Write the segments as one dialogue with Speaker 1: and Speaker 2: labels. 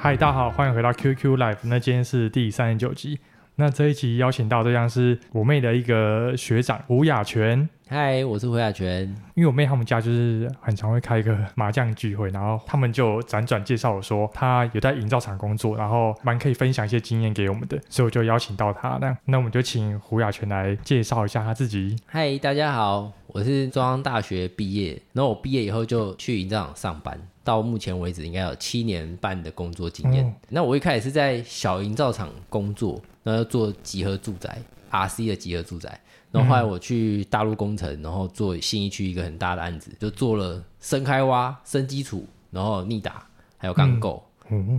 Speaker 1: 嗨，大家好，欢迎回到 QQ Live。那今天是第三十九集。那这一集邀请到的对象是我妹的一个学长胡雅泉，
Speaker 2: 嗨，我是胡雅泉。
Speaker 1: 因为我妹他们家就是很常会开一个麻将聚会，然后他们就辗转介绍我说她有在营造厂工作，然后蛮可以分享一些经验给我们的，所以我就邀请到她。那那我们就请胡雅泉来介绍一下她自己。
Speaker 2: 嗨，大家好，我是中央大学毕业，然后我毕业以后就去营造厂上班，到目前为止应该有七年半的工作经验。
Speaker 1: 哦
Speaker 2: 那我一开始是在小营造厂工作，然后做集合住宅 RC 的集合住宅，然后后来我去大陆工程，然后做信义区一个很大的案子，就做了深开挖、深基础，然后逆打，还有钢构。
Speaker 1: 嗯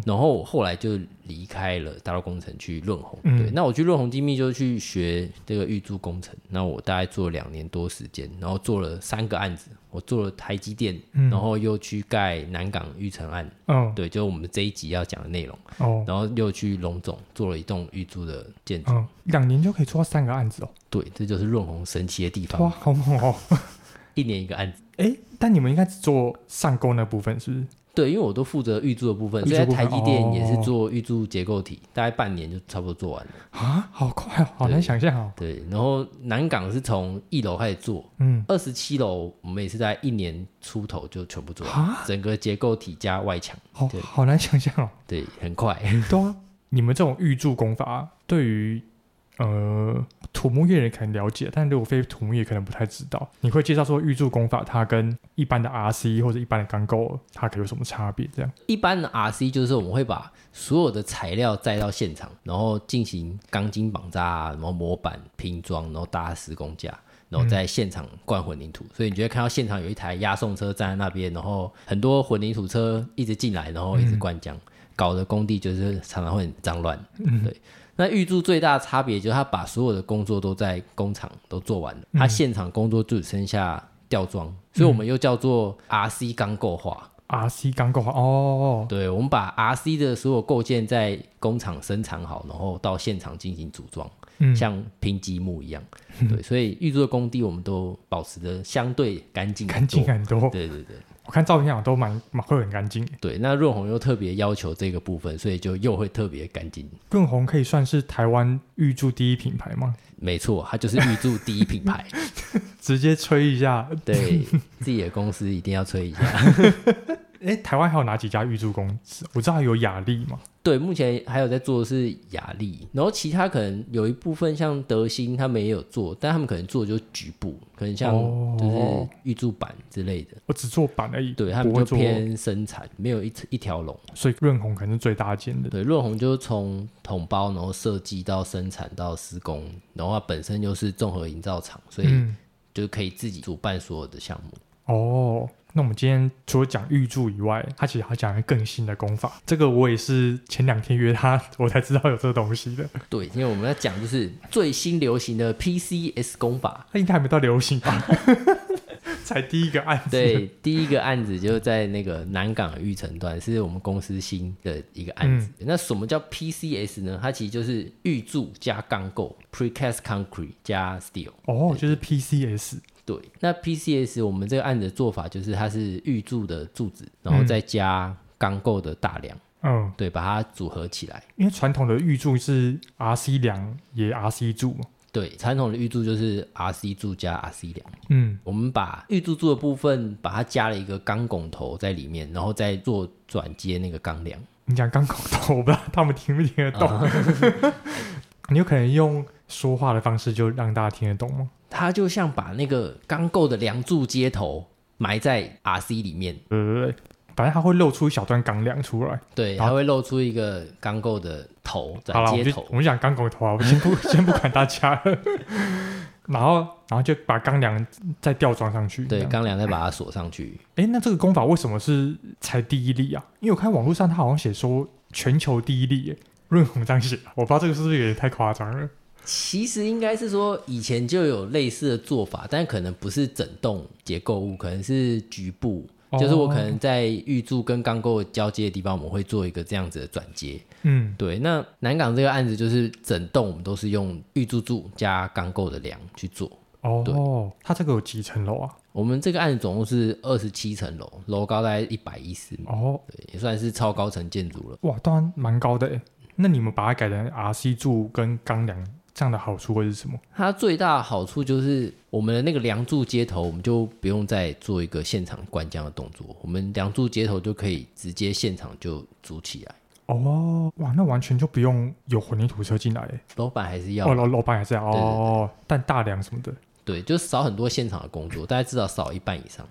Speaker 2: 然后我后来就离开了大陆工程去润红，
Speaker 1: 嗯
Speaker 2: 对，那我去润红精密就是去学这个预租工程，那我大概做了两年多时间，然后做了三个案子，我做了台积电，
Speaker 1: 嗯
Speaker 2: 然后又去盖南港育成案，
Speaker 1: 嗯
Speaker 2: 对，就是我们这一集要讲的内容，
Speaker 1: 哦
Speaker 2: 然后又去龙总做了一栋预租的建筑，
Speaker 1: 嗯，两年就可以做到三个案子哦，
Speaker 2: 对，这就是润红神奇的地
Speaker 1: 哇，
Speaker 2: 方，
Speaker 1: 好猛哦！
Speaker 2: 一年一个案子。
Speaker 1: 哎，但你们应该只做上钩那部分是不是？
Speaker 2: 对，因为我都负责预租的部分，
Speaker 1: 预
Speaker 2: 所
Speaker 1: 租
Speaker 2: 以
Speaker 1: 部
Speaker 2: 在
Speaker 1: 分
Speaker 2: 台积电也是
Speaker 1: 哦
Speaker 2: 做预租结构体，大概半年就差不多做完了。
Speaker 1: 啊，好快哦，好
Speaker 2: 对
Speaker 1: 难想象哦。
Speaker 2: 对，然后南港是从一楼开始做，
Speaker 1: 嗯，
Speaker 2: 二十七楼我们也是在一年出头就全部做完，
Speaker 1: 啊，
Speaker 2: 整个结构体加外墙，
Speaker 1: 好
Speaker 2: 对
Speaker 1: 好难想象哦。
Speaker 2: 对，很快。
Speaker 1: 对啊，你们这种预祝功法，对于呃土木业人可能了解，但如果非土木业可能不太知道。你会介绍说预祝功法它跟一般的 RC 或者一般的钢构它可有什么差别？这样，
Speaker 2: 一般的 RC 就是我们会把所有的材料载到现场，然后进行钢筋绑扎啊，然后模板拼装，然后搭施工架，然后在现场灌混凝土。所以你就会看到现场有一台押送车站在那边，然后很多混凝土车一直进来，然后一直灌浆，搞得工地就是常常会很脏乱。对。那预祝最大的差别就是他把所有的工作都在工厂都做完了，他现场工作就只剩下吊装，所以我们又叫做 RC 钢构化。
Speaker 1: RC 钢构化哦，
Speaker 2: 对，我们把 RC 的所有构件在工厂生产好，然后到现场进行组装，
Speaker 1: 嗯
Speaker 2: 像拼积木一样。对，所以预做工地我们都保持着相对干净，
Speaker 1: 干净。很多。
Speaker 2: 对对对
Speaker 1: 我看照片好像都蛮蛮会很干净。
Speaker 2: 对，那润红又特别要求这个部分，所以就又会特别干净。
Speaker 1: 润红可以算是台湾预祝第一品牌吗？
Speaker 2: 没错，它就是预祝第一品牌。
Speaker 1: 直接吹一下。
Speaker 2: 对自己的公司一定要吹一下。
Speaker 1: 哎，台湾还有哪几家预祝公司？我知道有雅力嘛，
Speaker 2: 对，目前还有在做的是雅力，然后其他可能有一部分像德兴他们也有做，但他们可能做的就局部，可能像
Speaker 1: 哦
Speaker 2: 就是预注板之类的，
Speaker 1: 我只做板而已，
Speaker 2: 对他
Speaker 1: 不会
Speaker 2: 们
Speaker 1: 做
Speaker 2: 就，偏生产，没有一一条龙。
Speaker 1: 所以润红可能是最大间的。
Speaker 2: 对，润红就是从桶包，然后设计到生产到施工，然后它本身又是综合营造厂，所以
Speaker 1: 嗯，
Speaker 2: 就可以自己主办所有的项目。
Speaker 1: 哦，那我们今天除了讲预祝以外，他其实还讲了更新的功法。这个我也是前两天约他， 我才知道有这个东西的。
Speaker 2: 对，因为我们要讲就是最新流行的 PCS 工法。
Speaker 1: 他应该还没到流行吧？ 才第一个案子。，
Speaker 2: 对，第一个案子就在那个南港玉成段，是我们公司新的一个案子。那什么叫 PCS 呢？它其实就是预铸加钢构 （precast concrete 加 steel）。
Speaker 1: 哦，就是 PCS，
Speaker 2: 对，那 PCS 我们这个案子的做法就是，它是预铸的柱子，然后再加钢构的大梁，
Speaker 1: 嗯，
Speaker 2: 对，把它组合起来。
Speaker 1: 因为传统的预祝是 RC 梁也 RC 柱嘛，
Speaker 2: 对，传统的预铸就是 RC 柱加 RC 梁。
Speaker 1: 嗯，
Speaker 2: 我们把预铸柱的部分，把它加了一个钢拱头在里面，然后再做转接那个钢梁。
Speaker 1: 你讲钢口头，我不知道他们听不听得懂。你有可能用说话的方式就让大家听得懂吗？
Speaker 2: 它就像把那个钢构的梁柱接头埋在 RC 里面，
Speaker 1: 对对对，反正它会露出一小段钢梁出来。
Speaker 2: 对，
Speaker 1: 好
Speaker 2: 它会露出一个钢构的头
Speaker 1: 好
Speaker 2: 转
Speaker 1: 了，我们
Speaker 2: 接
Speaker 1: 就
Speaker 2: 头
Speaker 1: 我。们讲钢管头啊，我先不先不管大家了。然后，然后就把钢梁再吊装上去。
Speaker 2: 对，
Speaker 1: 这样
Speaker 2: 钢梁再把它锁上去。
Speaker 1: 诶，那这个功法为什么是才第一例啊？因为我看网络上它好像写说全球第一例耶，润红这样写，我不知道这个是不是有点太夸张了。
Speaker 2: 其实应该是说以前就有类似的做法，但可能不是整栋结构物，可能是局部。
Speaker 1: 哦
Speaker 2: 就是我可能在预柱跟钢构交接的地方，我们会做一个这样子的转接。
Speaker 1: 嗯，
Speaker 2: 对，那南港这个案子就是整栋我们都是用预柱柱加钢构的梁去做。
Speaker 1: 哦，它这个有几层楼啊？
Speaker 2: 我们这个案子总共是二十七层楼，楼高大概一百一十米，
Speaker 1: 哦，
Speaker 2: 对也算是超高层建筑了。
Speaker 1: 哇，当然蛮高的诶。那你们把它改成 RC 柱跟钢梁，这样的好处会是什么？
Speaker 2: 它最大的好处就是我们的那个梁柱接头，我们就不用再做一个现场灌浆的动作，我们梁柱接头就可以直接现场就组起来。
Speaker 1: 哦，哇，那完全就不用有混凝土车进来诶。
Speaker 2: 楼板还是要
Speaker 1: 哦，老老板还是这样
Speaker 2: 对对对
Speaker 1: 哦，但大梁什么的，
Speaker 2: 对，就少很多现场的工作，大概至少少一半以上。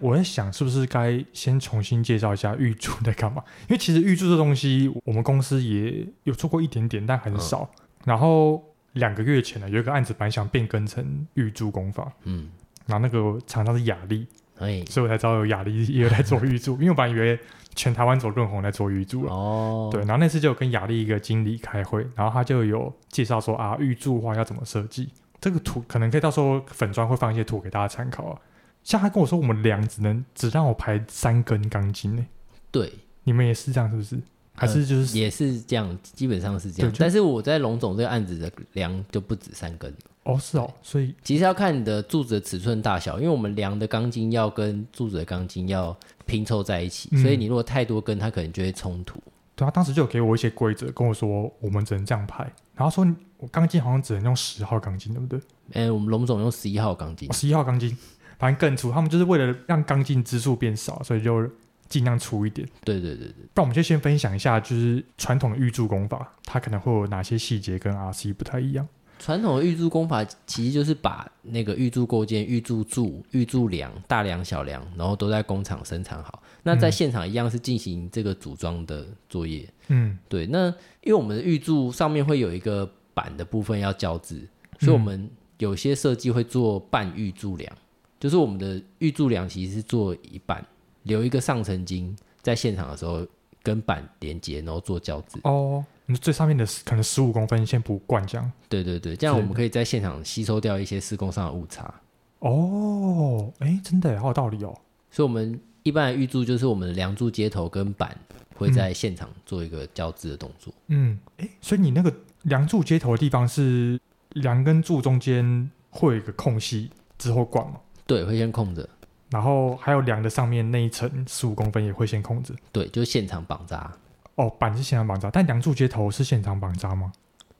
Speaker 1: 我在想是不是该先重新介绍一下预祝在干嘛？因为其实预祝这东西，我们公司也有做过一点点，但很少。
Speaker 2: 嗯
Speaker 1: 然后两个月前呢，有一个案子蛮想变更成预祝工法，
Speaker 2: 嗯，
Speaker 1: 然后那个厂商是雅力，
Speaker 2: 哎，
Speaker 1: 所以我才知道有雅力也有在做预祝，因为我本来以为全台湾走润红在做预祝了。
Speaker 2: 哦，
Speaker 1: 对，然后那次就有跟雅丽一个经理开会，然后他就有介绍说啊，预祝花要怎么设计，这个图可能可以到时候粉砖会放一些图给大家参考啊。像他跟我说，我们梁只能只让我排三根钢筋呢、
Speaker 2: 对，
Speaker 1: 你们也是这样是不是？还是就是、
Speaker 2: 呃也是这样，基本上是这样
Speaker 1: 对。就
Speaker 2: 但是我在龙总这个案子的梁就不止三根，
Speaker 1: 哦是哦，所以
Speaker 2: 其实要看你的柱子的尺寸大小，因为我们量的钢筋要跟柱子的钢筋要拼凑在一起，
Speaker 1: 嗯
Speaker 2: 所以你如果太多根，它可能就会冲突。
Speaker 1: 对啊他当时就有给我一些规则，跟我说我们只能这样排，然后说你我钢筋好像只能用十号钢筋，对不对？
Speaker 2: 哎、我们龙总用十一号钢筋
Speaker 1: 哦，十一号钢筋，反正更粗，他们就是为了让钢筋支数变少，所以就尽量粗一点。
Speaker 2: 对对对对，
Speaker 1: 不然我们就先分享一下，就是传统的预祝功法，它可能会有哪些细节跟 RC 不太一样。嗯
Speaker 2: 传统的预柱工法其实就是把那个预柱构件、预柱柱、预柱梁、大梁、小梁，然后都在工厂生产好。那在现场一样是进行这个组装的作业。
Speaker 1: 嗯，
Speaker 2: 对，那因为我们的预柱上面会有一个板的部分要胶质，所以我们有些设计会做半预柱梁，就是我们的预柱梁其实是做一半，留一个上层筋，在现场的时候跟板连接，然后做胶质。
Speaker 1: 哦，你最上面的可能十五公分先补灌浆。
Speaker 2: 对对对，这样我们可以在现场吸收掉一些施工上的误差。
Speaker 1: 哦，哎，真的耶好有道理哦。
Speaker 2: 所以我们一般的预柱就是我们的梁柱接头跟板会在现场做一个胶质的动作。
Speaker 1: 嗯，哎，所以你那个梁柱接头的地方是梁跟柱中间会有一个空隙之后灌嘛，
Speaker 2: 对，会先空着。
Speaker 1: 然后还有梁的上面那一层十五公分也会先控制。
Speaker 2: 对，就是现场绑扎。
Speaker 1: 哦，板是现场绑扎，但梁柱接头是现场绑扎吗？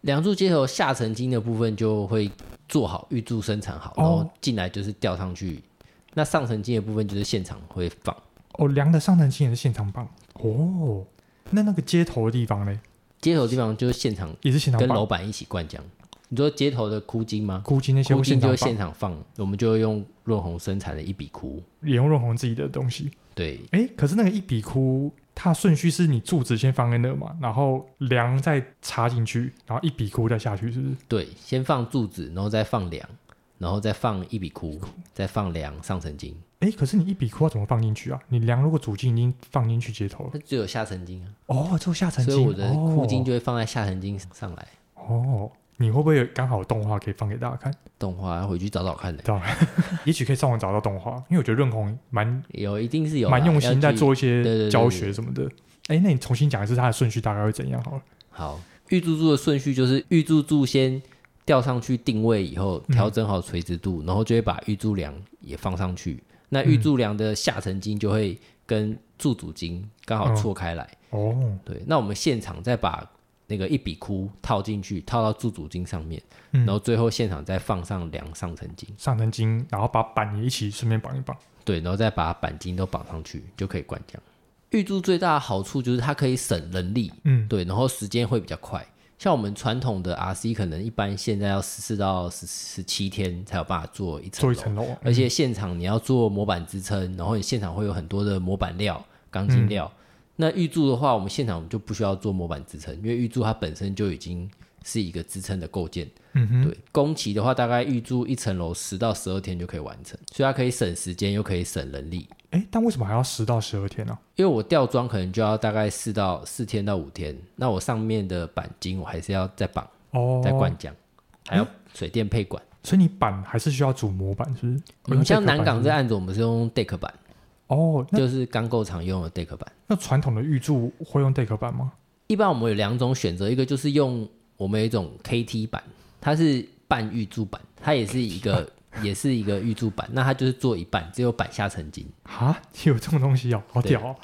Speaker 2: 梁柱接头下层筋的部分就会做好预柱生产好，
Speaker 1: 哦
Speaker 2: 然后进来就是吊上去。那上层筋的部分就是现场会放，
Speaker 1: 哦，梁的上层筋也是现场绑。哦，那那个接头的地方嘞？
Speaker 2: 接头的地方就是现场
Speaker 1: 也是现场
Speaker 2: 跟
Speaker 1: 绑，
Speaker 2: 楼板一起灌浆。你说接头的箍筋吗？
Speaker 1: 估计那些
Speaker 2: 箍
Speaker 1: 会现
Speaker 2: 筋就
Speaker 1: 场
Speaker 2: 会
Speaker 1: 绑
Speaker 2: 现，场放，我们就会用润红生产的一笔箍。
Speaker 1: 也用润红自己的东西。
Speaker 2: 对，
Speaker 1: 哎，可是那个一笔窟，它顺序是你柱子先放在那嘛，然后梁再插进去，然后一笔窟再下去，是不是？
Speaker 2: 对，先放柱子，然后再放梁，然后再放一笔箍，再放梁上层筋，
Speaker 1: 哎，可是你一笔窟要怎么放进去啊？你梁如果主筋已经放进去接头了，
Speaker 2: 那只有下层筋啊，
Speaker 1: 哦，只有下层筋，
Speaker 2: 所以我的箍筋
Speaker 1: 就
Speaker 2: 就会放在下层筋上来。
Speaker 1: 哦。你会不会有刚好动画可以放给大家看？
Speaker 2: 动画要回去找找看的，
Speaker 1: 也许可以上网找到动画，因为我觉得润红蛮
Speaker 2: 有一定是有啦
Speaker 1: 蛮用
Speaker 2: 要
Speaker 1: 心在
Speaker 2: 去
Speaker 1: 做一
Speaker 2: 对对
Speaker 1: 些
Speaker 2: 对
Speaker 1: 教
Speaker 2: 对
Speaker 1: 学什么的。哎，那你重新讲一次它的顺序大概会怎样好了？
Speaker 2: 好，预注柱的顺序就是预注柱先吊上去定位以后，调整好垂直
Speaker 1: 嗯
Speaker 2: 度，然后就会把预注梁也放上去。那预注梁的下层筋就会跟柱主筋刚好错开来。
Speaker 1: 哦，
Speaker 2: 对，那我们现场再把那个一笔箍套进去，套到柱主筋上面，
Speaker 1: 嗯
Speaker 2: 然后最后现场再放上梁上层筋，
Speaker 1: 上层筋，然后把板也一起顺便绑一绑。
Speaker 2: 对，然后再把板筋都绑上去，就可以灌浆。预注最大的好处就是它可以省人力，
Speaker 1: 嗯，
Speaker 2: 对，然后时间会比较快。像我们传统的 RC，可能一般现在要十四到十十七天才有办法做一层
Speaker 1: 做
Speaker 2: 楼
Speaker 1: 一，层嗯楼，啊
Speaker 2: 而且现场你要做模板支撑，然后你现场会有很多的模板料、钢筋
Speaker 1: 嗯
Speaker 2: 料。那预柱的话，我们现场我们就不需要做模板支撑，因为预柱它本身就已经是一个支撑的构件。
Speaker 1: 嗯哼，
Speaker 2: 对，工期的话，大概预柱一层楼十到十二天就可以完成，所以它可以省时间，又可以省人力。
Speaker 1: 哎，但为什么还要十到十二天啊呢、
Speaker 2: 因为我吊装可能就要大概四到四天到五天，那我上面的板筋我还是要再绑、
Speaker 1: 哦，嗯
Speaker 2: 再灌浆，还要水电配管。
Speaker 1: 所以你板还是需要主模板，是不是？
Speaker 2: 嗯，像南港这
Speaker 1: 样
Speaker 2: 案子，我们是用 deck 板，
Speaker 1: 哦，那
Speaker 2: 就是钢构厂用的 deck 板。
Speaker 1: 那传统的预祝会用 deck 板吗？
Speaker 2: 一般我们有两种选择，一个就是用我们有一种 KT 板，它是半玉柱板，它也是 一个也是一个玉柱板，那它就是做一半，只有板下成金。
Speaker 1: 哈，有这种东西哦，好屌哦！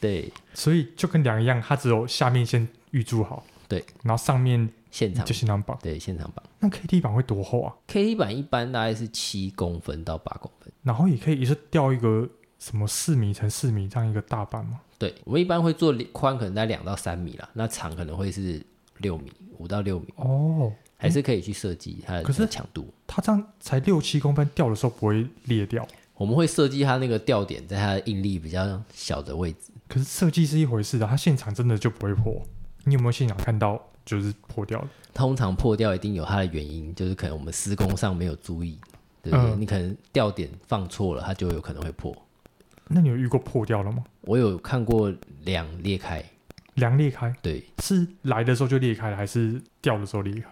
Speaker 2: 对，
Speaker 1: 所以就跟梁一样，它只有下面先预注好，
Speaker 2: 对，
Speaker 1: 然后上面
Speaker 2: 现场
Speaker 1: 就新郎绑。
Speaker 2: 对现场绑
Speaker 1: 那 K T 板会多厚啊？
Speaker 2: KT 板一般大概是七公分到八公分。
Speaker 1: 然后也可以一次吊一个什么四米乘四米这样一个大板吗？
Speaker 2: 对我们一般会做宽可能在两到三米啦，那长可能会是六米，五到六米，
Speaker 1: 哦，
Speaker 2: 还是可以去设计它
Speaker 1: 可是
Speaker 2: 的强度。
Speaker 1: 它这样才六七公分，吊的时候不会裂掉。
Speaker 2: 我们会设计它那个吊点在它的应力比较小的位置。
Speaker 1: 可是设计是一回事啊，它现场真的就不会破。你有没有现场看到就是破掉的？
Speaker 2: 通常破掉一定有它的原因，就是可能我们施工上没有注意，对不对？
Speaker 1: 嗯
Speaker 2: 你可能吊点放错了，它就有可能会破。
Speaker 1: 那你有遇过破掉了吗？
Speaker 2: 我有看过梁裂开，
Speaker 1: 梁裂开
Speaker 2: 对，
Speaker 1: 是来的时候就裂开了，还是掉的时候裂开？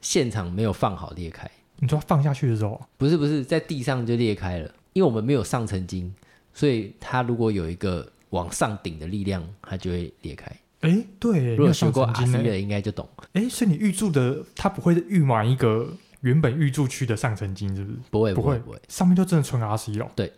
Speaker 2: 现场没有放好裂开，
Speaker 1: 你说放下去的时候啊，
Speaker 2: 不是不是，在地上就裂开了，因为我们没有上层筋，所以它如果有一个往上顶的力量，它就会裂开。
Speaker 1: 诶，对，
Speaker 2: 如果
Speaker 1: 你有
Speaker 2: 学
Speaker 1: 上
Speaker 2: 过
Speaker 1: 神经
Speaker 2: RC
Speaker 1: 呢？
Speaker 2: 的，应该就懂，
Speaker 1: 诶，所以你预注的它不会预满一个原本预注区的上层筋，是不是？
Speaker 2: 不会
Speaker 1: 不
Speaker 2: 会
Speaker 1: 会
Speaker 2: 不会，
Speaker 1: 上面就真的纯 RC 了。
Speaker 2: 对，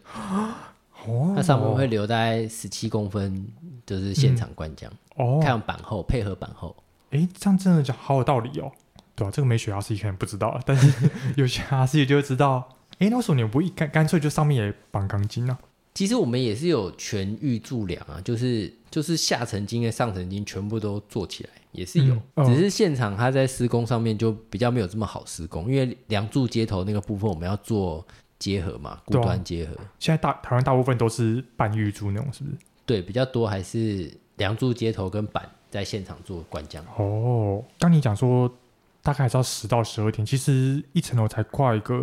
Speaker 1: 哦，
Speaker 2: 它上面会留大概十七公分，就是现场灌浆，
Speaker 1: 哦，
Speaker 2: 看板厚配合板厚。
Speaker 1: 诶，这样真的讲好有道理哦。对啊，这个没学 RC 可能不知道，啊 但是有些 RC 就会知道。诶，那为什么你们不一干干脆就上面也绑钢筋啊呢、
Speaker 2: 其实我们也是有全域柱梁啊，就是就是下层筋跟上层筋全部都做起来，也是有，
Speaker 1: 嗯
Speaker 2: 只是现场它在施工上面就比较没有这么好施工，因为梁柱接头那个部分我们要做结合嘛，骨
Speaker 1: 对啊
Speaker 2: 端结合，
Speaker 1: 现在大台湾大部分都是半玉柱那种，是不是？
Speaker 2: 对，比较多还是梁柱接头跟板在现场做灌浆，
Speaker 1: 哦，刚你讲说大概还是要十到十二天，其实一层楼才挂一个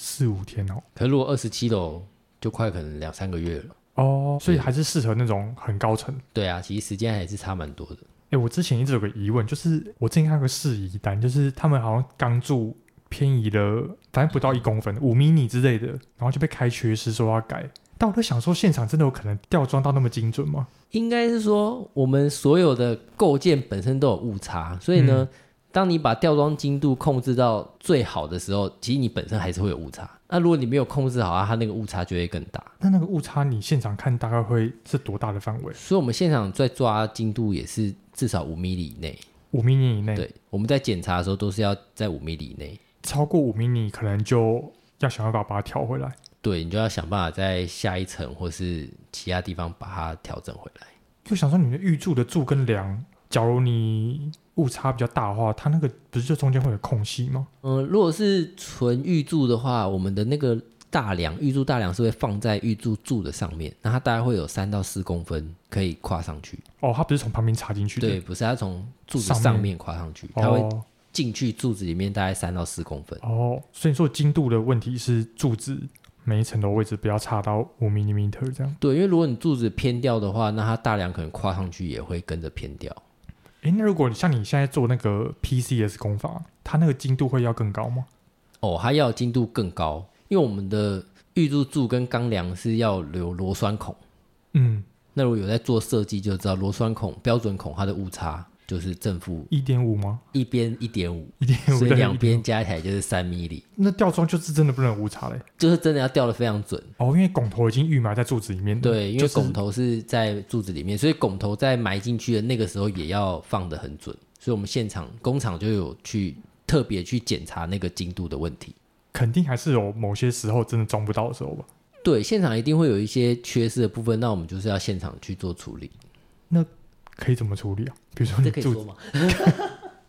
Speaker 1: 四五天哦。
Speaker 2: 可是如果二十七楼就快可能两三个月了，
Speaker 1: 哦，所以还是适合那种很高层。
Speaker 2: 对啊，其实时间还是差蛮多的，
Speaker 1: 哎，我之前一直有个疑问，就是我之前看过个试移单，就是他们好像钢柱偏移了，反正不到一公分，五迷你之类的，然后就被开缺失说要改。但我在想说，现场真的有可能吊装到那么精准吗？
Speaker 2: 应该是说我们所有的构件本身都有误差，所以呢，当你把吊装精度控制到最好的时候，其实你本身还是会有误差。那如果你没有控制好啊，它那个误差就会更大。
Speaker 1: 那那个误差，你现场看大概会是多大的范围？
Speaker 2: 所以我们现场在抓精度也是至少五米以内，
Speaker 1: 五迷你以内，
Speaker 2: 对，我们在检查的时候都是要在五米以内。
Speaker 1: 超过五迷你可能就要想办法把它调回来。
Speaker 2: 对你就要想办法在下一层或是其他地方把它调整回来。
Speaker 1: 就想说你的预柱的柱跟梁，假如你误差比较大的话，它那个不是就中间会有空隙吗？
Speaker 2: 嗯，如果是纯玉柱的话，我们的那个大梁玉柱大梁是会放在玉柱柱的上面，那它大概会有三到四公分可以跨上去。
Speaker 1: 哦，它不是从旁边插进去的。
Speaker 2: 对，不是它从柱子
Speaker 1: 上面
Speaker 2: 上面跨上去，它会
Speaker 1: 哦
Speaker 2: 进去柱子里面大概三到四公分。
Speaker 1: 哦，所以说精度的问题是柱子每一层楼位置不要差到五 m m 这样。
Speaker 2: 对，因为如果你柱子偏掉的话，那它大梁可能跨上去也会跟着偏掉。
Speaker 1: 诶，那如果像你现在做那个 PCS 工法，它那个精度会要更高吗？
Speaker 2: 哦，它要精度更高，因为我们的玉柱柱跟钢梁是要留螺栓孔。
Speaker 1: 嗯，
Speaker 2: 那如果有在做设计，就知道螺栓孔、标准孔它的误差就是正负
Speaker 1: 一点五吗？
Speaker 2: 一边一点五，
Speaker 1: 一点五
Speaker 2: 所 以
Speaker 1: 对
Speaker 2: 两边加起来就是三米里，
Speaker 1: 那吊装就是真的不能有误差嘞。
Speaker 2: 就是真的要掉的非常准。
Speaker 1: 哦，因为拱头已经预埋在柱子里面了。
Speaker 2: 对，因
Speaker 1: 嗯就
Speaker 2: 为
Speaker 1: 是
Speaker 2: 拱头是在柱子里面，所以拱头在埋进去的那个时候也要放得很准。所以我们现场工厂就有去特别去检查那个精度的问题。
Speaker 1: 肯定还是有某些时候真的装不到的时候吧。
Speaker 2: 对，现场一定会有一些缺失的部分，那我们就是要现场去做处理。
Speaker 1: 可以怎么处理啊？比如说你
Speaker 2: 这可以
Speaker 1: 柱
Speaker 2: 说吗？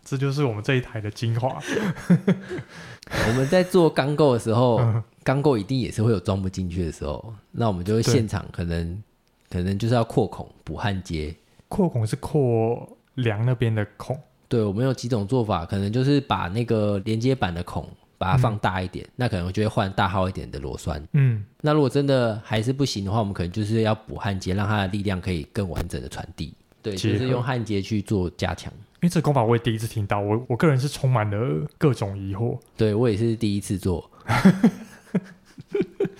Speaker 1: 这就是我们这一台的精华。
Speaker 2: 我们在做钢构的时候
Speaker 1: 嗯，
Speaker 2: 钢构一定也是会有装不进去的时候，那我们就会
Speaker 1: 对
Speaker 2: 现场可能可能就是要扩孔补焊接，
Speaker 1: 扩孔是扩梁那边的孔，
Speaker 2: 对，我们有几种做法，可能就是把那个连接板的孔把它放大一点，那可能就会换大号一点的螺栓。
Speaker 1: 嗯，
Speaker 2: 那如果真的还是不行的话，我们可能就是要补焊接，让它的力量可以更完整的传递。对，就
Speaker 1: 结合
Speaker 2: 是用焊接去做加强。
Speaker 1: 因为这个功法我也第一次听到，我我个人是充满了各种疑惑，
Speaker 2: 对我也是第一次做，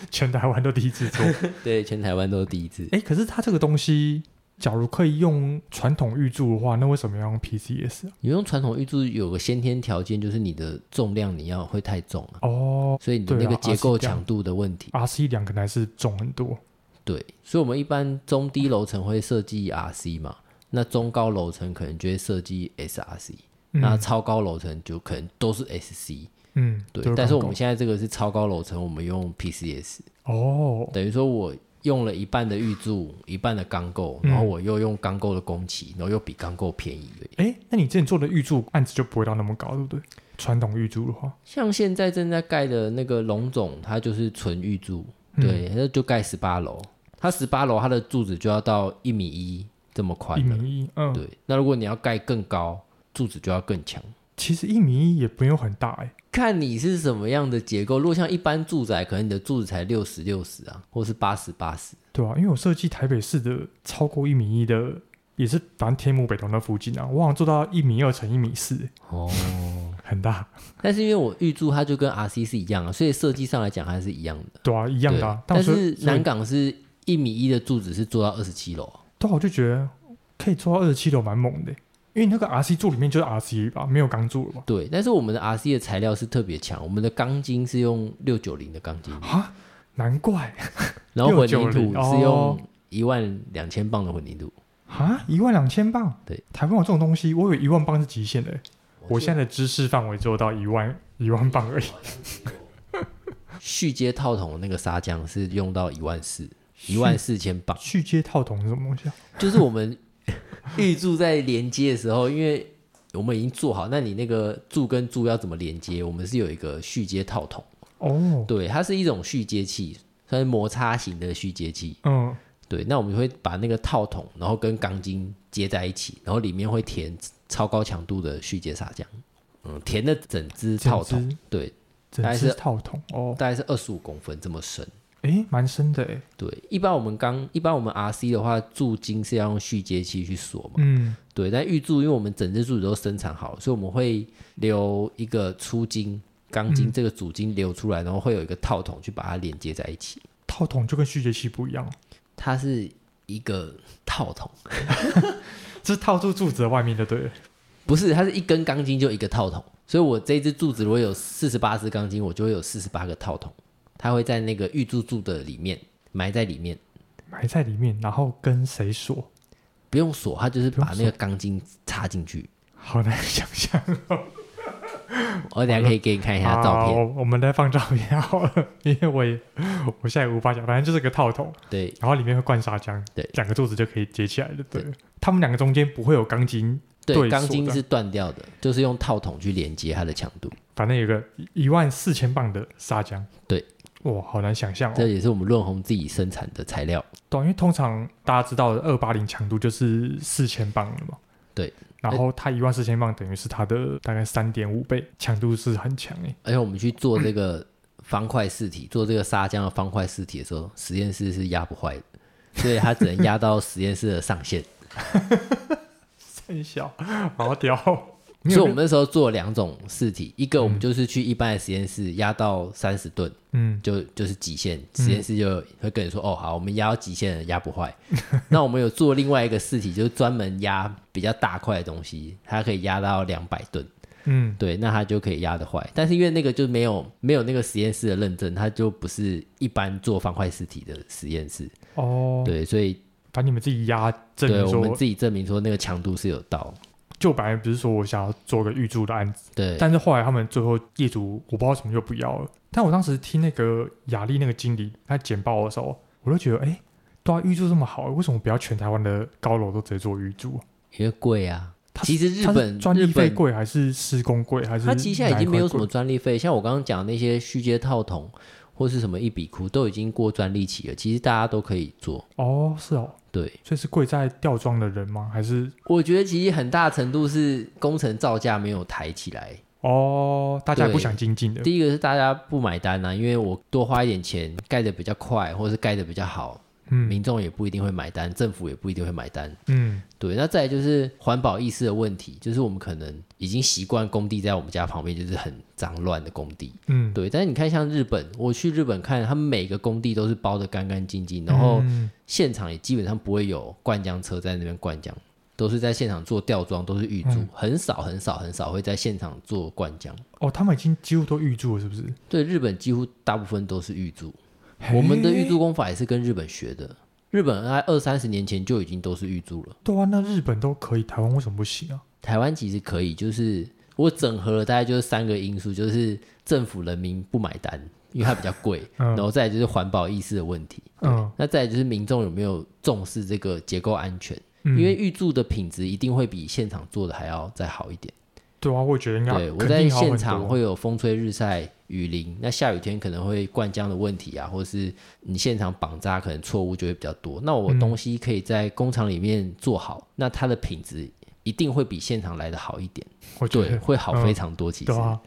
Speaker 1: 全台湾都第一次做。
Speaker 2: 对，全台湾都是第一次。
Speaker 1: 嗯哎，可是它这个东西假如可以用传统预铸的话，那为什么要用 PCS 啊？
Speaker 2: 你用传统玉柱有个先天条件，就是你的重量你要会太重啊，
Speaker 1: 哦
Speaker 2: 所以你的那
Speaker 1: 对
Speaker 2: 个
Speaker 1: 啊
Speaker 2: 结构
Speaker 1: 啊是这样
Speaker 2: 强度的问题。
Speaker 1: ，RC 两个还是重很多。
Speaker 2: 对，所以我们一般中低楼层会设计 RC 嘛，那中高楼层可能就会设计 SRC，、那
Speaker 1: 嗯
Speaker 2: 超高楼层就可能都是 SC。
Speaker 1: 嗯，
Speaker 2: 对
Speaker 1: 都，
Speaker 2: 但是
Speaker 1: 钢
Speaker 2: 我们
Speaker 1: 构
Speaker 2: 现在这个是超高楼层，我们用 PCS，
Speaker 1: 哦，
Speaker 2: 等于说我用了一半的预铸，一半的钢构，
Speaker 1: 嗯
Speaker 2: 然后我又用钢构的工期，然后又比钢构便宜。对
Speaker 1: 哎，那你之前做的预铸案子就不会到那么高，对不对？传统预铸的话，
Speaker 2: 像现在正在盖的那个龙总，它就是纯预铸，
Speaker 1: 嗯
Speaker 2: 对，那就盖十八楼，它十八楼它的柱子就要到一米一这么宽
Speaker 1: 一
Speaker 2: 了。
Speaker 1: 米一，嗯，
Speaker 2: 对，那如果你要盖更高，柱子就要更强。
Speaker 1: 其实一米一也不用很大哎、
Speaker 2: 看你是什么样的结构，如果像一般住宅，可能你的柱子才六十六十啊，或是八十八十。
Speaker 1: 对啊，因为我设计台北市的超过一米一的，也是反正天母北投那附近啊，我好像做到一米二乘一米四，
Speaker 2: 哦，
Speaker 1: 很大，
Speaker 2: 但是因为我预祝它就跟 RC 是一样啊，所以设计上来讲还是一样的。
Speaker 1: 对啊，一
Speaker 2: 一
Speaker 1: 样的、啊。
Speaker 2: 但
Speaker 1: 所以
Speaker 2: 是
Speaker 1: 所以
Speaker 2: 南港是一米一的柱子是做到二十七楼，
Speaker 1: 对啊，我就觉得可以做到二十七楼，蛮猛的欸、因为那个 RC 柱里面就是 RC 吧，没有钢柱了吧？
Speaker 2: 对。但是我们的 RC 的材料是特别强，我们的钢筋是用六九零的钢筋，
Speaker 1: 啊，难怪
Speaker 2: 然后混凝土
Speaker 1: 690
Speaker 2: 是
Speaker 1: 哦
Speaker 2: 用一万两千磅的混凝土。
Speaker 1: 啊，一万两千磅，
Speaker 2: 对，
Speaker 1: 台湾有这种东西，我以为一万磅是极限的欸、我现
Speaker 2: 在
Speaker 1: 在的知识范围只有到一万一万磅 而已。
Speaker 2: 续接套筒的那个砂浆是用到一万四，一万四千磅。
Speaker 1: 续接套筒是什么东西啊？
Speaker 2: 就是我们预柱在连接的时候，因为我们已经做好，那你那个柱跟柱要怎么连接？我们是有一个续接套筒，
Speaker 1: 哦，
Speaker 2: 对，它是一种续接器，算是摩擦型的续接器。
Speaker 1: 嗯，
Speaker 2: 对，那我们会把那个套筒，然后跟钢筋接在一起，然后里面会填超高强度的续接砂浆，嗯，填的整只套筒，
Speaker 1: 整只
Speaker 2: 对，大
Speaker 1: 整
Speaker 2: 概
Speaker 1: 只
Speaker 2: 是
Speaker 1: 套筒哦，
Speaker 2: 大概是二十五公分这么深。
Speaker 1: 诶，蛮深的诶。
Speaker 2: 对，一般我们钢，一般我们 RC 的话，柱筋是要用续接器去锁嘛，
Speaker 1: 嗯，
Speaker 2: 对，但预祝因为我们整只柱子都生产好了，所以我们会留一个粗筋、钢
Speaker 1: 嗯
Speaker 2: 筋这个主筋留出来，然后会有一个套筒去把它连接在一起。
Speaker 1: 套筒就跟续接器不一样哦，
Speaker 2: 它是一个套筒，
Speaker 1: 这是套住柱子的外面的，对了。
Speaker 2: 不是，它是一根钢筋就一个套筒。所以我这一只柱子如果有四十八支钢筋，我就会有四十八个套筒，它会在那个预祝柱的里面埋在里面，
Speaker 1: 埋在里面，然后跟谁锁？
Speaker 2: 不用锁，它就是
Speaker 1: 不用
Speaker 2: 把那个钢筋插进去。
Speaker 1: 好难想象。
Speaker 2: 我等一下可以给你看一下哎照
Speaker 1: 好，
Speaker 2: 片。
Speaker 1: 我我们再放照片好了， 因为我也我现在也无法讲，反正就是个套筒，
Speaker 2: 对，
Speaker 1: 然后里面会灌砂浆，
Speaker 2: 对
Speaker 1: 两个柱子就可以接起来了。对，他们两个中间不会有钢筋，对
Speaker 2: 对，钢
Speaker 1: 锁
Speaker 2: 筋
Speaker 1: 的
Speaker 2: 是断掉的，就是用套筒去连接它的强度。
Speaker 1: 反正有个一万四千磅的砂浆。
Speaker 2: 对，
Speaker 1: 哇，好难想象哦。
Speaker 2: 这也是我们润红自己生产的材料。
Speaker 1: 对，因为通常大家知道的二八零强度就是四千磅了嘛。
Speaker 2: 对，
Speaker 1: 然后它一万四千磅等于是它的大概三点五倍，强度是很强欸 诶。
Speaker 2: 而且我们去做这个方块试体，做这个砂浆的方块试体的时候，实验室是压不坏的，所以它只能压到实验室的上 限。
Speaker 1: 很小，好屌哦。
Speaker 2: 所以我们那时候做了两种试体，一个我们就是去一般的实验室压到三十吨，
Speaker 1: 嗯，
Speaker 2: 就就是极限，实验室就会跟你说、哦好，我们压到极限了，压不坏。 那我们有做另外一个试体，就是专门压比较大块的东西，它可以压到两百吨。
Speaker 1: 嗯，
Speaker 2: 对，那它就可以压得坏。但是因为那个就没有没有那个实验室的认证，它就不是一般做方块尸体的实验室。
Speaker 1: 哦，
Speaker 2: 对，所以
Speaker 1: 把你们自己压证
Speaker 2: 对
Speaker 1: 明
Speaker 2: 我们
Speaker 1: 说，
Speaker 2: 自己证明说那个强度是有到。
Speaker 1: 就本来不是说我想要做个预祝的案子，
Speaker 2: 对，
Speaker 1: 但是后来他们最后业主我不知道为什么就不要了。但我当时听那个雅丽那个经理他简报的时候，我就觉得，哎、对啊，预祝这么好，为什么不要全台湾的高楼都直接做预祝？
Speaker 2: 因为贵啊。
Speaker 1: 它
Speaker 2: 其实日
Speaker 1: 它是
Speaker 2: 本
Speaker 1: 专
Speaker 2: 日
Speaker 1: 利费
Speaker 2: 本
Speaker 1: 贵还是施工贵还是？
Speaker 2: 它其实现在已经没有什么。专利费，像我刚刚讲的那些续接套筒或是什么一笔库都已经过专利期了，其实大家都可以做。
Speaker 1: 哦，是哦，
Speaker 2: 对，
Speaker 1: 所以是贵在吊装的人吗？还是
Speaker 2: 我觉得其实很大程度是工程造价没有抬起来，
Speaker 1: 哦，大家也不
Speaker 2: 对
Speaker 1: 想精进的？
Speaker 2: 第一个是大家不买单啊，因为我多花一点钱盖的比较快，或者是盖的比较好，
Speaker 1: 嗯
Speaker 2: 民众也不一定会买单，政府也不一定会买单。
Speaker 1: 嗯
Speaker 2: 对，那再来就是环保意识的问题，就是我们可能已经习惯工地在我们家旁边就是很脏乱的工地，
Speaker 1: 嗯，
Speaker 2: 对。但是你看像日本，我去日本看，他们每个工地都是包的干干净净，然后
Speaker 1: 嗯
Speaker 2: 现场也基本上不会有灌浆车在那边灌浆，都是在现场做吊装，都是预
Speaker 1: 嗯
Speaker 2: 注，很少很少很少会在现场做灌浆。
Speaker 1: 哦，他们已经几乎都预祝了，是不是？
Speaker 2: 对，日本几乎大部分都是预注，我们的预
Speaker 1: 嘿
Speaker 2: 注工法也是跟日本学的，日本在二三十年前就已经都是预注了。
Speaker 1: 对啊，那日本都可以，台湾为什么不行啊？
Speaker 2: 台湾其实可以，就是我整合了大概就是三个因素，就是政府人民不买单，因为它比较贵，
Speaker 1: 嗯
Speaker 2: 然后再来就是环保意识的问题，
Speaker 1: 嗯，
Speaker 2: 那再来就是民众有没有重视这个结构安全，
Speaker 1: 嗯
Speaker 2: 因为预祝的品质一定会比现场做的还要再好一点。
Speaker 1: 对啊，我也觉得应该
Speaker 2: 对，我
Speaker 1: 肯
Speaker 2: 在
Speaker 1: 定好
Speaker 2: 现
Speaker 1: 很
Speaker 2: 场
Speaker 1: 多。
Speaker 2: 会有风吹日晒雨淋，那下雨天可能会灌浆的问题啊，或是你现场绑扎可能错误就会比较多。那
Speaker 1: 嗯
Speaker 2: 我东西可以在工厂里面做好，那它的品质一定会比现场来的好一点，
Speaker 1: 我觉
Speaker 2: 对，
Speaker 1: 得
Speaker 2: 会好非常多。其
Speaker 1: 嗯
Speaker 2: 实
Speaker 1: 对，啊。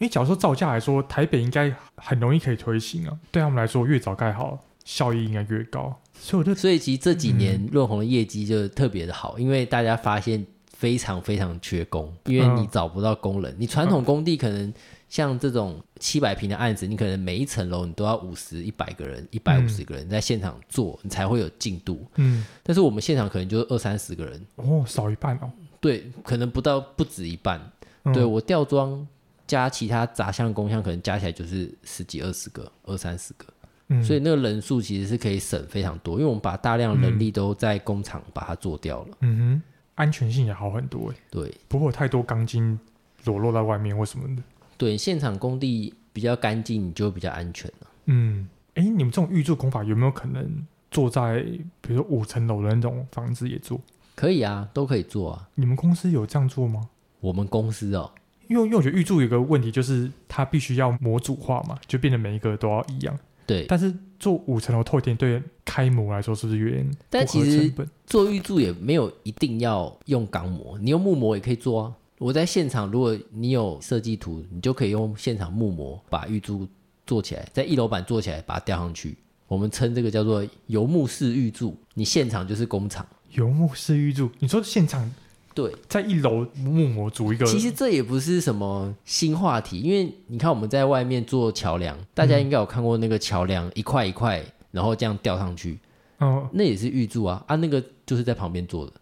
Speaker 1: 因为假如说造价来说，台北应该很容易可以推行啊。对他们来说，越早盖好，效益应该越高。所以我就
Speaker 2: 所以其实这几年
Speaker 1: 嗯
Speaker 2: 润红的业绩就特别的好，因为大家发现非常非常缺工，因为你
Speaker 1: 嗯
Speaker 2: 找不到工人。你传统工地可能像这种七百平的案子，你可能每一层楼你都要五十、一百个人、一百五十个人在现场做，你才会有进度。
Speaker 1: 嗯，
Speaker 2: 但是我们现场可能就二三十个人，
Speaker 1: 哦，少一半哦。
Speaker 2: 对，可能不到不止一半。
Speaker 1: 嗯、
Speaker 2: 对我吊装加其他杂项工项，可能加起来就是十几、二十个、二三十个。
Speaker 1: 嗯，
Speaker 2: 所以那个人数其实是可以省非常多，因为我们把大量人力都在工厂把它做掉了。
Speaker 1: 嗯哼，安全性也好很多诶。
Speaker 2: 对
Speaker 1: 不会有太多钢筋裸露在外面或什么的。
Speaker 2: 对，现场工地比较干净，你就比较安全了。
Speaker 1: 嗯，哎，你们这种预祝工法有没有可能做在比如说五层楼的那种房子也做？
Speaker 2: 可以啊，都可以做啊。
Speaker 1: 你们公司有这样做吗？
Speaker 2: 我们公司哦，
Speaker 1: 因为因为我觉得预祝有个问题就是它必须要模组化嘛，就变得每一个都要一样。
Speaker 2: 对，
Speaker 1: 但是做五层楼透天对开模来说是不是有点
Speaker 2: 但
Speaker 1: 不合
Speaker 2: 其实
Speaker 1: 成本？
Speaker 2: 做预祝也没有一定要用钢模，你用木模也可以做啊。我在现场，如果你有设计图，你就可以用现场木模把预祝做起来，在一楼板做起来，把它吊上去。我们称这个叫做油木式预祝，你现场就是工厂。
Speaker 1: 游牧式预祝，你说现场
Speaker 2: 对，
Speaker 1: 在一楼木模组一个，
Speaker 2: 其实这也不是什么新话题，因为你看我们在外面做桥梁，大家应该有看过那个桥梁一块一块，然后这样吊上去，
Speaker 1: 嗯
Speaker 2: 那也是预柱啊啊，那个就是在旁边做的，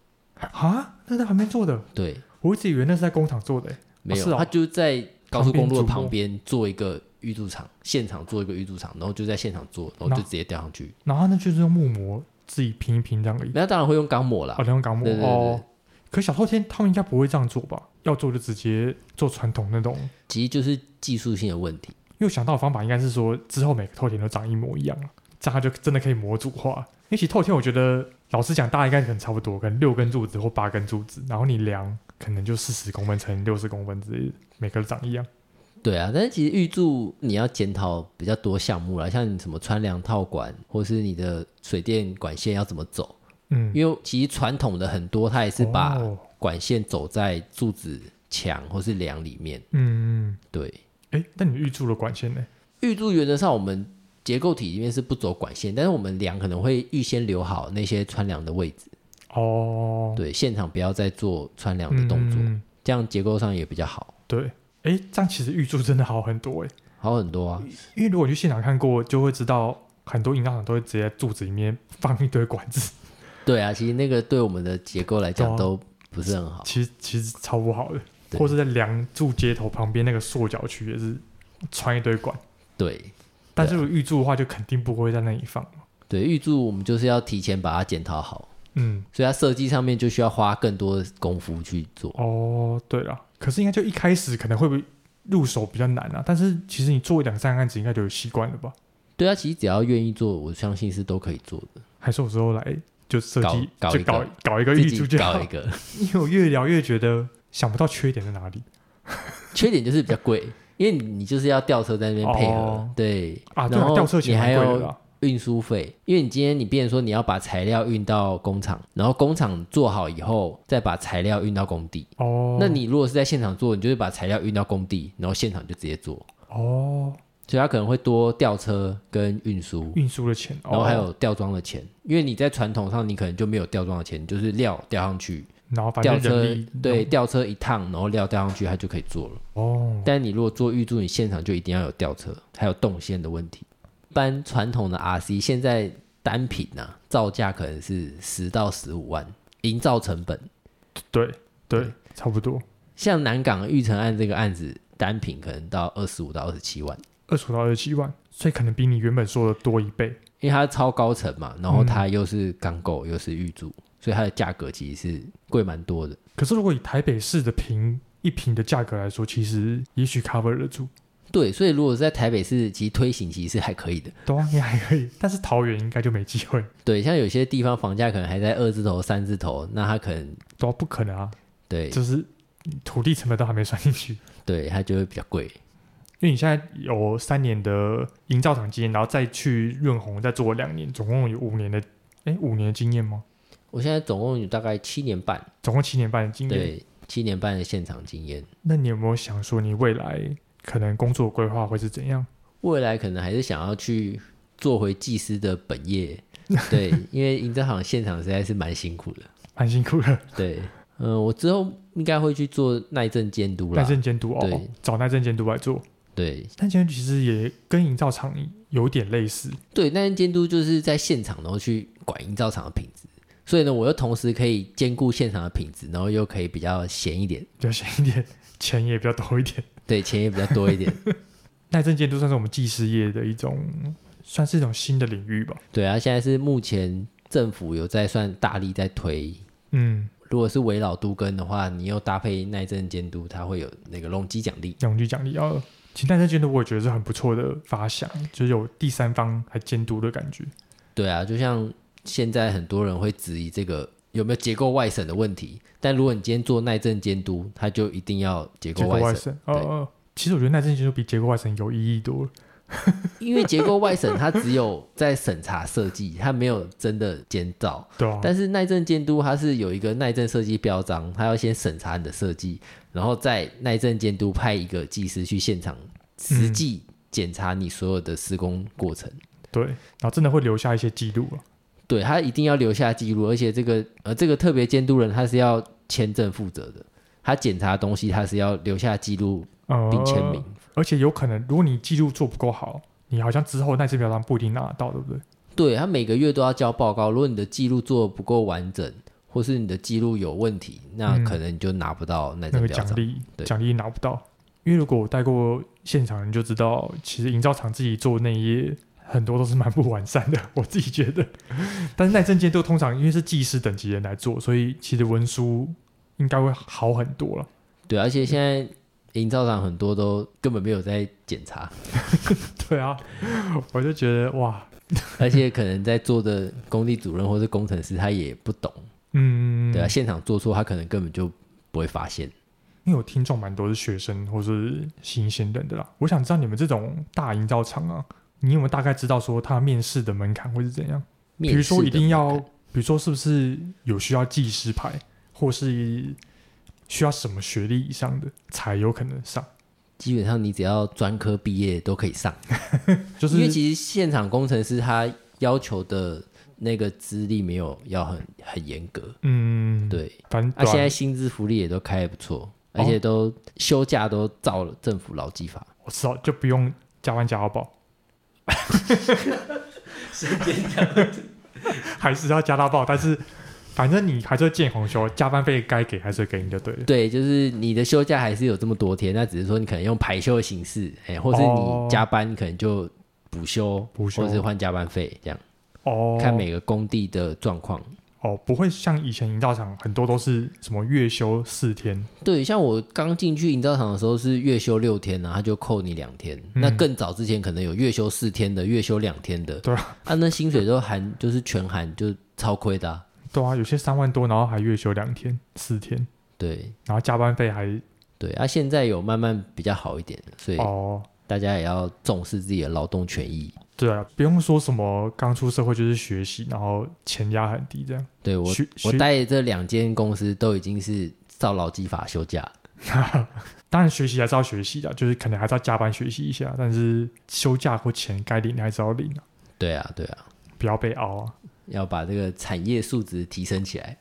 Speaker 1: 啊，那在旁边做的，
Speaker 2: 对，
Speaker 1: 我一直以为那是在工厂做的、诶
Speaker 2: 没有，
Speaker 1: 哦是哦
Speaker 2: 他就在高速公路的旁
Speaker 1: 旁
Speaker 2: 边做一个预柱场，现场做一个预柱场，然后就在现场做，然后就直接吊上去。
Speaker 1: 然后那就是用木模自己拼一拼这样而已。
Speaker 2: 那当然会用钢模啦
Speaker 1: 哦，，两用港
Speaker 2: 对对对
Speaker 1: 哦。可小透天他们应该不会这样做吧？要做就直接做传统那种。
Speaker 2: 其实就是技术性的问题。
Speaker 1: 又想到的方法应该是说，之后每个透天都长一模一样了，这样它就真的可以模组化。因为其实透天，我觉得老实讲，大家应该可能差不多，可能六根柱子或八根柱子，然后你量可能就四十公分乘六十公分之类的，每个都长一样。
Speaker 2: 对啊，但是其实预祝你要检讨比较多项目啦，像你什么穿梁套管，或是你的水电管线要怎么走，
Speaker 1: 嗯，
Speaker 2: 因为其实传统的很多，它也是把
Speaker 1: 哦
Speaker 2: 管线走在柱子墙或是梁里面。
Speaker 1: 嗯，
Speaker 2: 对，
Speaker 1: 哎、那你预祝了管线呢？
Speaker 2: 预柱原则上我们结构体里面是不走管线，但是我们梁可能会预先留好那些穿梁的位置。
Speaker 1: 哦，
Speaker 2: 对，现场不要再做穿梁的动作，
Speaker 1: 嗯
Speaker 2: 这样结构上也比较好，
Speaker 1: 对，哎、这样其实预祝真的好很多哎、
Speaker 2: 好很多啊。
Speaker 1: 因为如果你去现场看过，就会知道很多营造厂都会直接在柱子里面放一堆管 子，
Speaker 2: 对啊，其实那个对我们的结构来讲
Speaker 1: 对啊
Speaker 2: 都不是很好。
Speaker 1: 其实其实超不好的。
Speaker 2: 哦对
Speaker 1: 或是在梁柱接头旁边那个塑角区也是穿一堆管，
Speaker 2: 对，啊
Speaker 1: 但是如果预柱的话，就肯定不会在那里放。
Speaker 2: 对，预祝我们就是要提前把它检讨好，
Speaker 1: 嗯，
Speaker 2: 所以它设计上面就需要花更多的功夫去做。
Speaker 1: 哦，对了，可是应该就一开始可能会不会入手比较难啊？但是其实你做一两三个案子，应该就有习惯了吧？
Speaker 2: 对啊，其实只要愿意做，我相信是都可以做的。
Speaker 1: 还是有时候来就设计
Speaker 2: 搞搞
Speaker 1: 就
Speaker 2: 一个
Speaker 1: 搞搞一个预
Speaker 2: 自
Speaker 1: 祝
Speaker 2: 己
Speaker 1: 就好
Speaker 2: 搞一，个，
Speaker 1: 因为我越聊越觉得想不到缺点在哪里
Speaker 2: 缺点就是比较贵，因为你就是要吊车在那边配合，
Speaker 1: 哦
Speaker 2: 对
Speaker 1: 啊。对
Speaker 2: 然
Speaker 1: 啊，
Speaker 2: 后
Speaker 1: 吊车
Speaker 2: 你
Speaker 1: 钱
Speaker 2: 还
Speaker 1: 蛮贵的
Speaker 2: 有
Speaker 1: 啦。
Speaker 2: 运输费，因为你今天你变成说你要把材料运到工厂，然后工厂做好以后再把材料运到工地。
Speaker 1: 哦，
Speaker 2: 那你如果是在现场做，你就是把材料运到工地，然后现场就直接做。
Speaker 1: 哦，
Speaker 2: 所以他可能会多吊车跟运输，
Speaker 1: 运输的钱，
Speaker 2: 然后
Speaker 1: 哦
Speaker 2: 还，有吊装的钱，因为你在传统上你可能就没有吊装的钱，你就是料吊上去，
Speaker 1: 然后反
Speaker 2: 吊
Speaker 1: 正
Speaker 2: 车
Speaker 1: 人力
Speaker 2: 对吊车一趟，然后料吊上去，它就可以做了。
Speaker 1: 哦，
Speaker 2: 但你如果做预祝，你现场就一定要有吊车，还有动线的问题。一般传统的 RC 现在单品呐、啊，造价可能是十到十五万，营造成本。
Speaker 1: 对对，差不多
Speaker 2: 像南港玉成案这个案子，单品可能到二十五到二十七万，
Speaker 1: 二十五到二十七万，所以可能比你原本说的多一倍。
Speaker 2: 因为它超高层嘛，然
Speaker 1: 嗯
Speaker 2: 后它又是钢构又是预祝，所以它的价格其实是贵蛮多的。
Speaker 1: 可是如果以台北市的平一平的价格来说，其实也许 cover 得住，
Speaker 2: 对，所以如果是在台北市，其实推行其实是还可以的。
Speaker 1: 对啊，也还可以。但是桃园应该就没机会，
Speaker 2: 对，像有些地方房价可能还在二字头、三字头，那它可能
Speaker 1: 对啊，不可能啊，
Speaker 2: 对
Speaker 1: 就是土地成本都还没算进去。
Speaker 2: 对它就会比较贵。
Speaker 1: 因为你现在有三年的营造厂经验，然后再去润红再做两年，总共有五年的，哎，五年的经验吗？
Speaker 2: 我现在总共有大概七年半，
Speaker 1: 总共七年半的经验。
Speaker 2: 对，七年半的现场经验。
Speaker 1: 那你有没有想说，你未来可能工作规划会是怎样？
Speaker 2: 未来可能还是想要去做回技师的本业， 对，因为营造行现场实在是蛮辛苦的。
Speaker 1: 蛮辛 苦的，
Speaker 2: 对，嗯、我之后应该会去做耐震监督
Speaker 1: 耐
Speaker 2: 啦。
Speaker 1: 震监督哦
Speaker 2: 对，
Speaker 1: 找耐震监督来做。
Speaker 2: 对
Speaker 1: 但监督其实也跟营造厂有点类似，
Speaker 2: 对，耐震监督就是在现场，然后去管营造厂的品质。所以呢，我又同时可以兼顾现场的品质，然后又可以比较闲一点，
Speaker 1: 比较闲一点，钱也比较多一点。
Speaker 2: 对，钱也比较多一点。
Speaker 1: 耐震监督算是我们技师业的一种，算是一种新的领域吧。
Speaker 2: 对啊，现在是目前政府有在算大力在推
Speaker 1: 嗯，
Speaker 2: 如果是围绕都跟的话，你又搭配耐震监督，它会有那个容积奖励。
Speaker 1: 永居奖励要。哦其实耐震监督我也觉得是很不错的发想，就是有第三方来监督的感觉。
Speaker 2: 对啊，就像现在很多人会质疑这个有没有结构外审的问题，但如果你今天做耐震监督，它就一定要结
Speaker 1: 结
Speaker 2: 构
Speaker 1: 构
Speaker 2: 外
Speaker 1: 外
Speaker 2: 审，
Speaker 1: 省，哦哦，其实我觉得耐震监督比结构外省有意义多了。
Speaker 2: 因为结构外审它只有在审查设计，它没有真的监造。
Speaker 1: 对啊，
Speaker 2: 但是耐震监督它是有一个耐震设计标章，它要先审查你的设计，然后再耐震监督派一个技师去现场实际检查你所有的施工过程。
Speaker 1: 对，然后真的会留下一些记录啊。
Speaker 2: 对他一定要留下记
Speaker 1: 嗯
Speaker 2: 录，而且这个呃这个特别监督人他是要签证负责的，他检查的东西他是要留下记录
Speaker 1: 呃，
Speaker 2: 并签名。
Speaker 1: 而且有可能，如果你记录做不够好，你好像之后那次表彰不一定拿得到，对不对？
Speaker 2: 对他每个月都要交报告，如果你的记录做得不够完整，或是你的记录有问题，那
Speaker 1: 嗯
Speaker 2: 可能你就拿不到那
Speaker 1: 那
Speaker 2: 张
Speaker 1: 个
Speaker 2: 表
Speaker 1: 奖
Speaker 2: 彰。
Speaker 1: 励
Speaker 2: 对
Speaker 1: 奖励拿不到，因为如果我带过现场，你就知道，其实营造厂自己做那一页很多都是蛮不完善的， 我自己觉得。但是耐震监督通常因为是技师等级人来做，所以其实文书应该会好很多了。
Speaker 2: 对，而且现在营造厂很多都根本没有在检查，
Speaker 1: 对啊，我就觉得哇，
Speaker 2: 而且可能在做的工地主任或是工程师他也不懂，
Speaker 1: 嗯，
Speaker 2: 对啊，现场做错他可能根本就不会发现。
Speaker 1: 因为我听众蛮多是学生或是新鲜人的啦，我想知道你们这种大营造厂啊，你有没有大概知道说他面试的门槛会是怎样？比
Speaker 2: 面
Speaker 1: 如
Speaker 2: 试
Speaker 1: 说
Speaker 2: 的
Speaker 1: 一定
Speaker 2: 门
Speaker 1: 要
Speaker 2: 槛，
Speaker 1: 比如说是不是有需要技师牌，或是需要什么学历以上的才有可能上？
Speaker 2: 基本上你只要专科毕业都可以上，
Speaker 1: 就
Speaker 2: 因为
Speaker 1: 是
Speaker 2: 其实现场工程师他要求的那个资历没有要很很严格，
Speaker 1: 嗯，，
Speaker 2: 对，
Speaker 1: 反正
Speaker 2: 啊，
Speaker 1: 对啊哦
Speaker 2: 现在薪资福利也都开的不错，而且都休假都照了政府劳基法，
Speaker 1: 我知道就不用加班加到 爆，还是要加到爆，但是反正你还是会见红休，加班费该给还是会给你就对了。
Speaker 2: 对，就是你的休假还是有这么多天，那只是说你可能用排休的形式，哎、或是
Speaker 1: 哦
Speaker 2: 你加班可能就补休，
Speaker 1: 补休
Speaker 2: 或是换加班费这样，
Speaker 1: 哦，
Speaker 2: 看每个工地的状况。
Speaker 1: 哦，不会像以前营造厂很多都是什么月休四天，
Speaker 2: 对，像我刚进去营造厂的时候是月休六天啊，他就扣你两天。
Speaker 1: 嗯
Speaker 2: 那更早之前可能有月休四天的，月休两天的。
Speaker 1: 对
Speaker 2: 啊，那薪水都含就是全含，就超亏的啊、
Speaker 1: 对啊，有些三万多，然后还月休两天、四天，
Speaker 2: 对
Speaker 1: 然后加班费还
Speaker 2: 对，啊，现在有慢慢比较好一点了，所以
Speaker 1: 哦，
Speaker 2: 大家也要重视自己的劳动权益。
Speaker 1: 对啊，不用说什么刚出社会就是学习，然后钱压很低这样。
Speaker 2: 对我
Speaker 1: 学
Speaker 2: 我
Speaker 1: 学
Speaker 2: 待的这两间公司都已经是照劳基法休假，
Speaker 1: 当然学习还是要学习的，就是可能还是要加班学习一下，但是休假或钱该领的还是要领啊，
Speaker 2: 对啊，对啊，
Speaker 1: 不要被熬啊，
Speaker 2: 要把这个产业素质提升起来。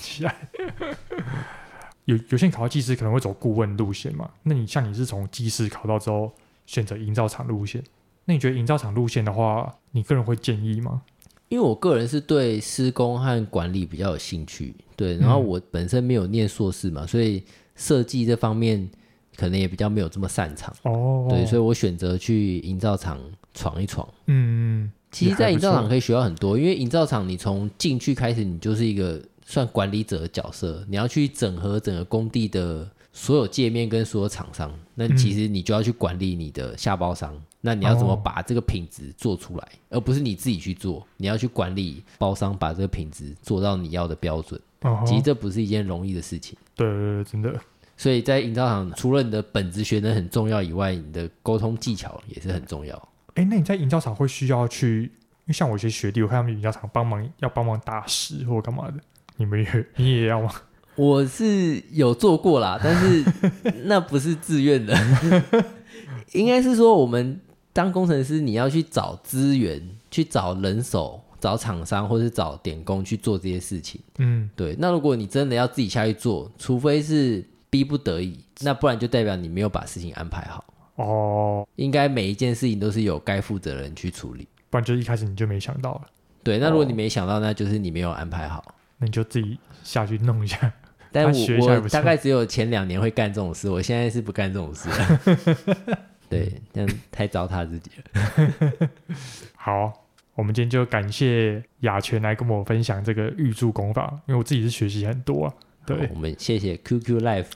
Speaker 1: 起来。 有有些人考到技师可能会走顾问路线嘛，那你像你是从技师考到之后选择营造厂路线，那你觉得营造厂路线的话，你个人会建议吗？
Speaker 2: 因为我个人是对施工和管理比较有兴趣，对，然后我本身没有念硕士嘛，所以设计这方面可能也比较没有这么擅长，
Speaker 1: 哦，
Speaker 2: 对，所以我选择去营造厂闯一闯。
Speaker 1: 嗯嗯，
Speaker 2: 其实，在
Speaker 1: 也还
Speaker 2: 营
Speaker 1: 不错
Speaker 2: 造厂可以学到很多，因为营造厂你从进去开始，你就是一个算管理者的角色，你要去整合整个工地的所有界面跟所有厂商，那其实你就要去管理你的下包商。那你要怎么
Speaker 1: 哦
Speaker 2: 把这个品质做出来，而不是你自己去做？你要去管理包商，把这个品质做到你要的标准。
Speaker 1: 哦
Speaker 2: 其实这不是一件容易的事情。
Speaker 1: 对对对，真的，
Speaker 2: 所以在营造厂，除了你的本职学能很重要以外，你的沟通技巧也是很重要。
Speaker 1: 哎，那你在营造厂会需要去，因为像我一些学弟，我看他们营造厂帮忙要帮忙打石或干嘛的，你们也你也要吗？
Speaker 2: 我是有做过啦，但是那不是自愿的， 应该是说我们当工程师，你要去找资源，去找人手，找厂商或是找点工去做这些事情。
Speaker 1: 嗯，
Speaker 2: 对，那如果你真的要自己下去做，除非是逼不得已，那不然就代表你没有把事情安排好。
Speaker 1: 哦，
Speaker 2: 应该每一件事情都是有该负责人去处理。
Speaker 1: 不然就是一开始你就没想到了，
Speaker 2: 对，那如果你没想到，那就是你没有安排好。
Speaker 1: 那你就自己下去弄一下。
Speaker 2: 但
Speaker 1: 他
Speaker 2: 我
Speaker 1: 学一下也
Speaker 2: 我
Speaker 1: 不错
Speaker 2: 大概只有前两年会干这种事，我现在是不干这种事了。 对，这样太糟蹋自己了。
Speaker 1: 好，我们今天就感谢雅泉来跟我分享这个预祝功法，因为我自己是学习很多啊。
Speaker 2: 好
Speaker 1: 对，
Speaker 2: 我们谢谢 QQ Life。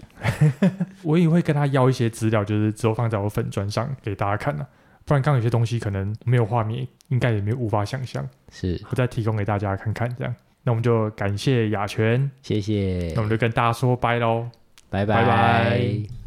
Speaker 1: 我也会跟他要一些资料，就是之后放在我粉砖上给大家看啊。不然刚刚有些东西可能没有画面，应该也没有无法想象，
Speaker 2: 是，
Speaker 1: 我再提供给大家看看这样。那我们就感谢雅泉，
Speaker 2: 谢谢
Speaker 1: 那我，们就跟大家说拜喽。
Speaker 2: 拜
Speaker 1: 拜
Speaker 2: 拜
Speaker 1: 拜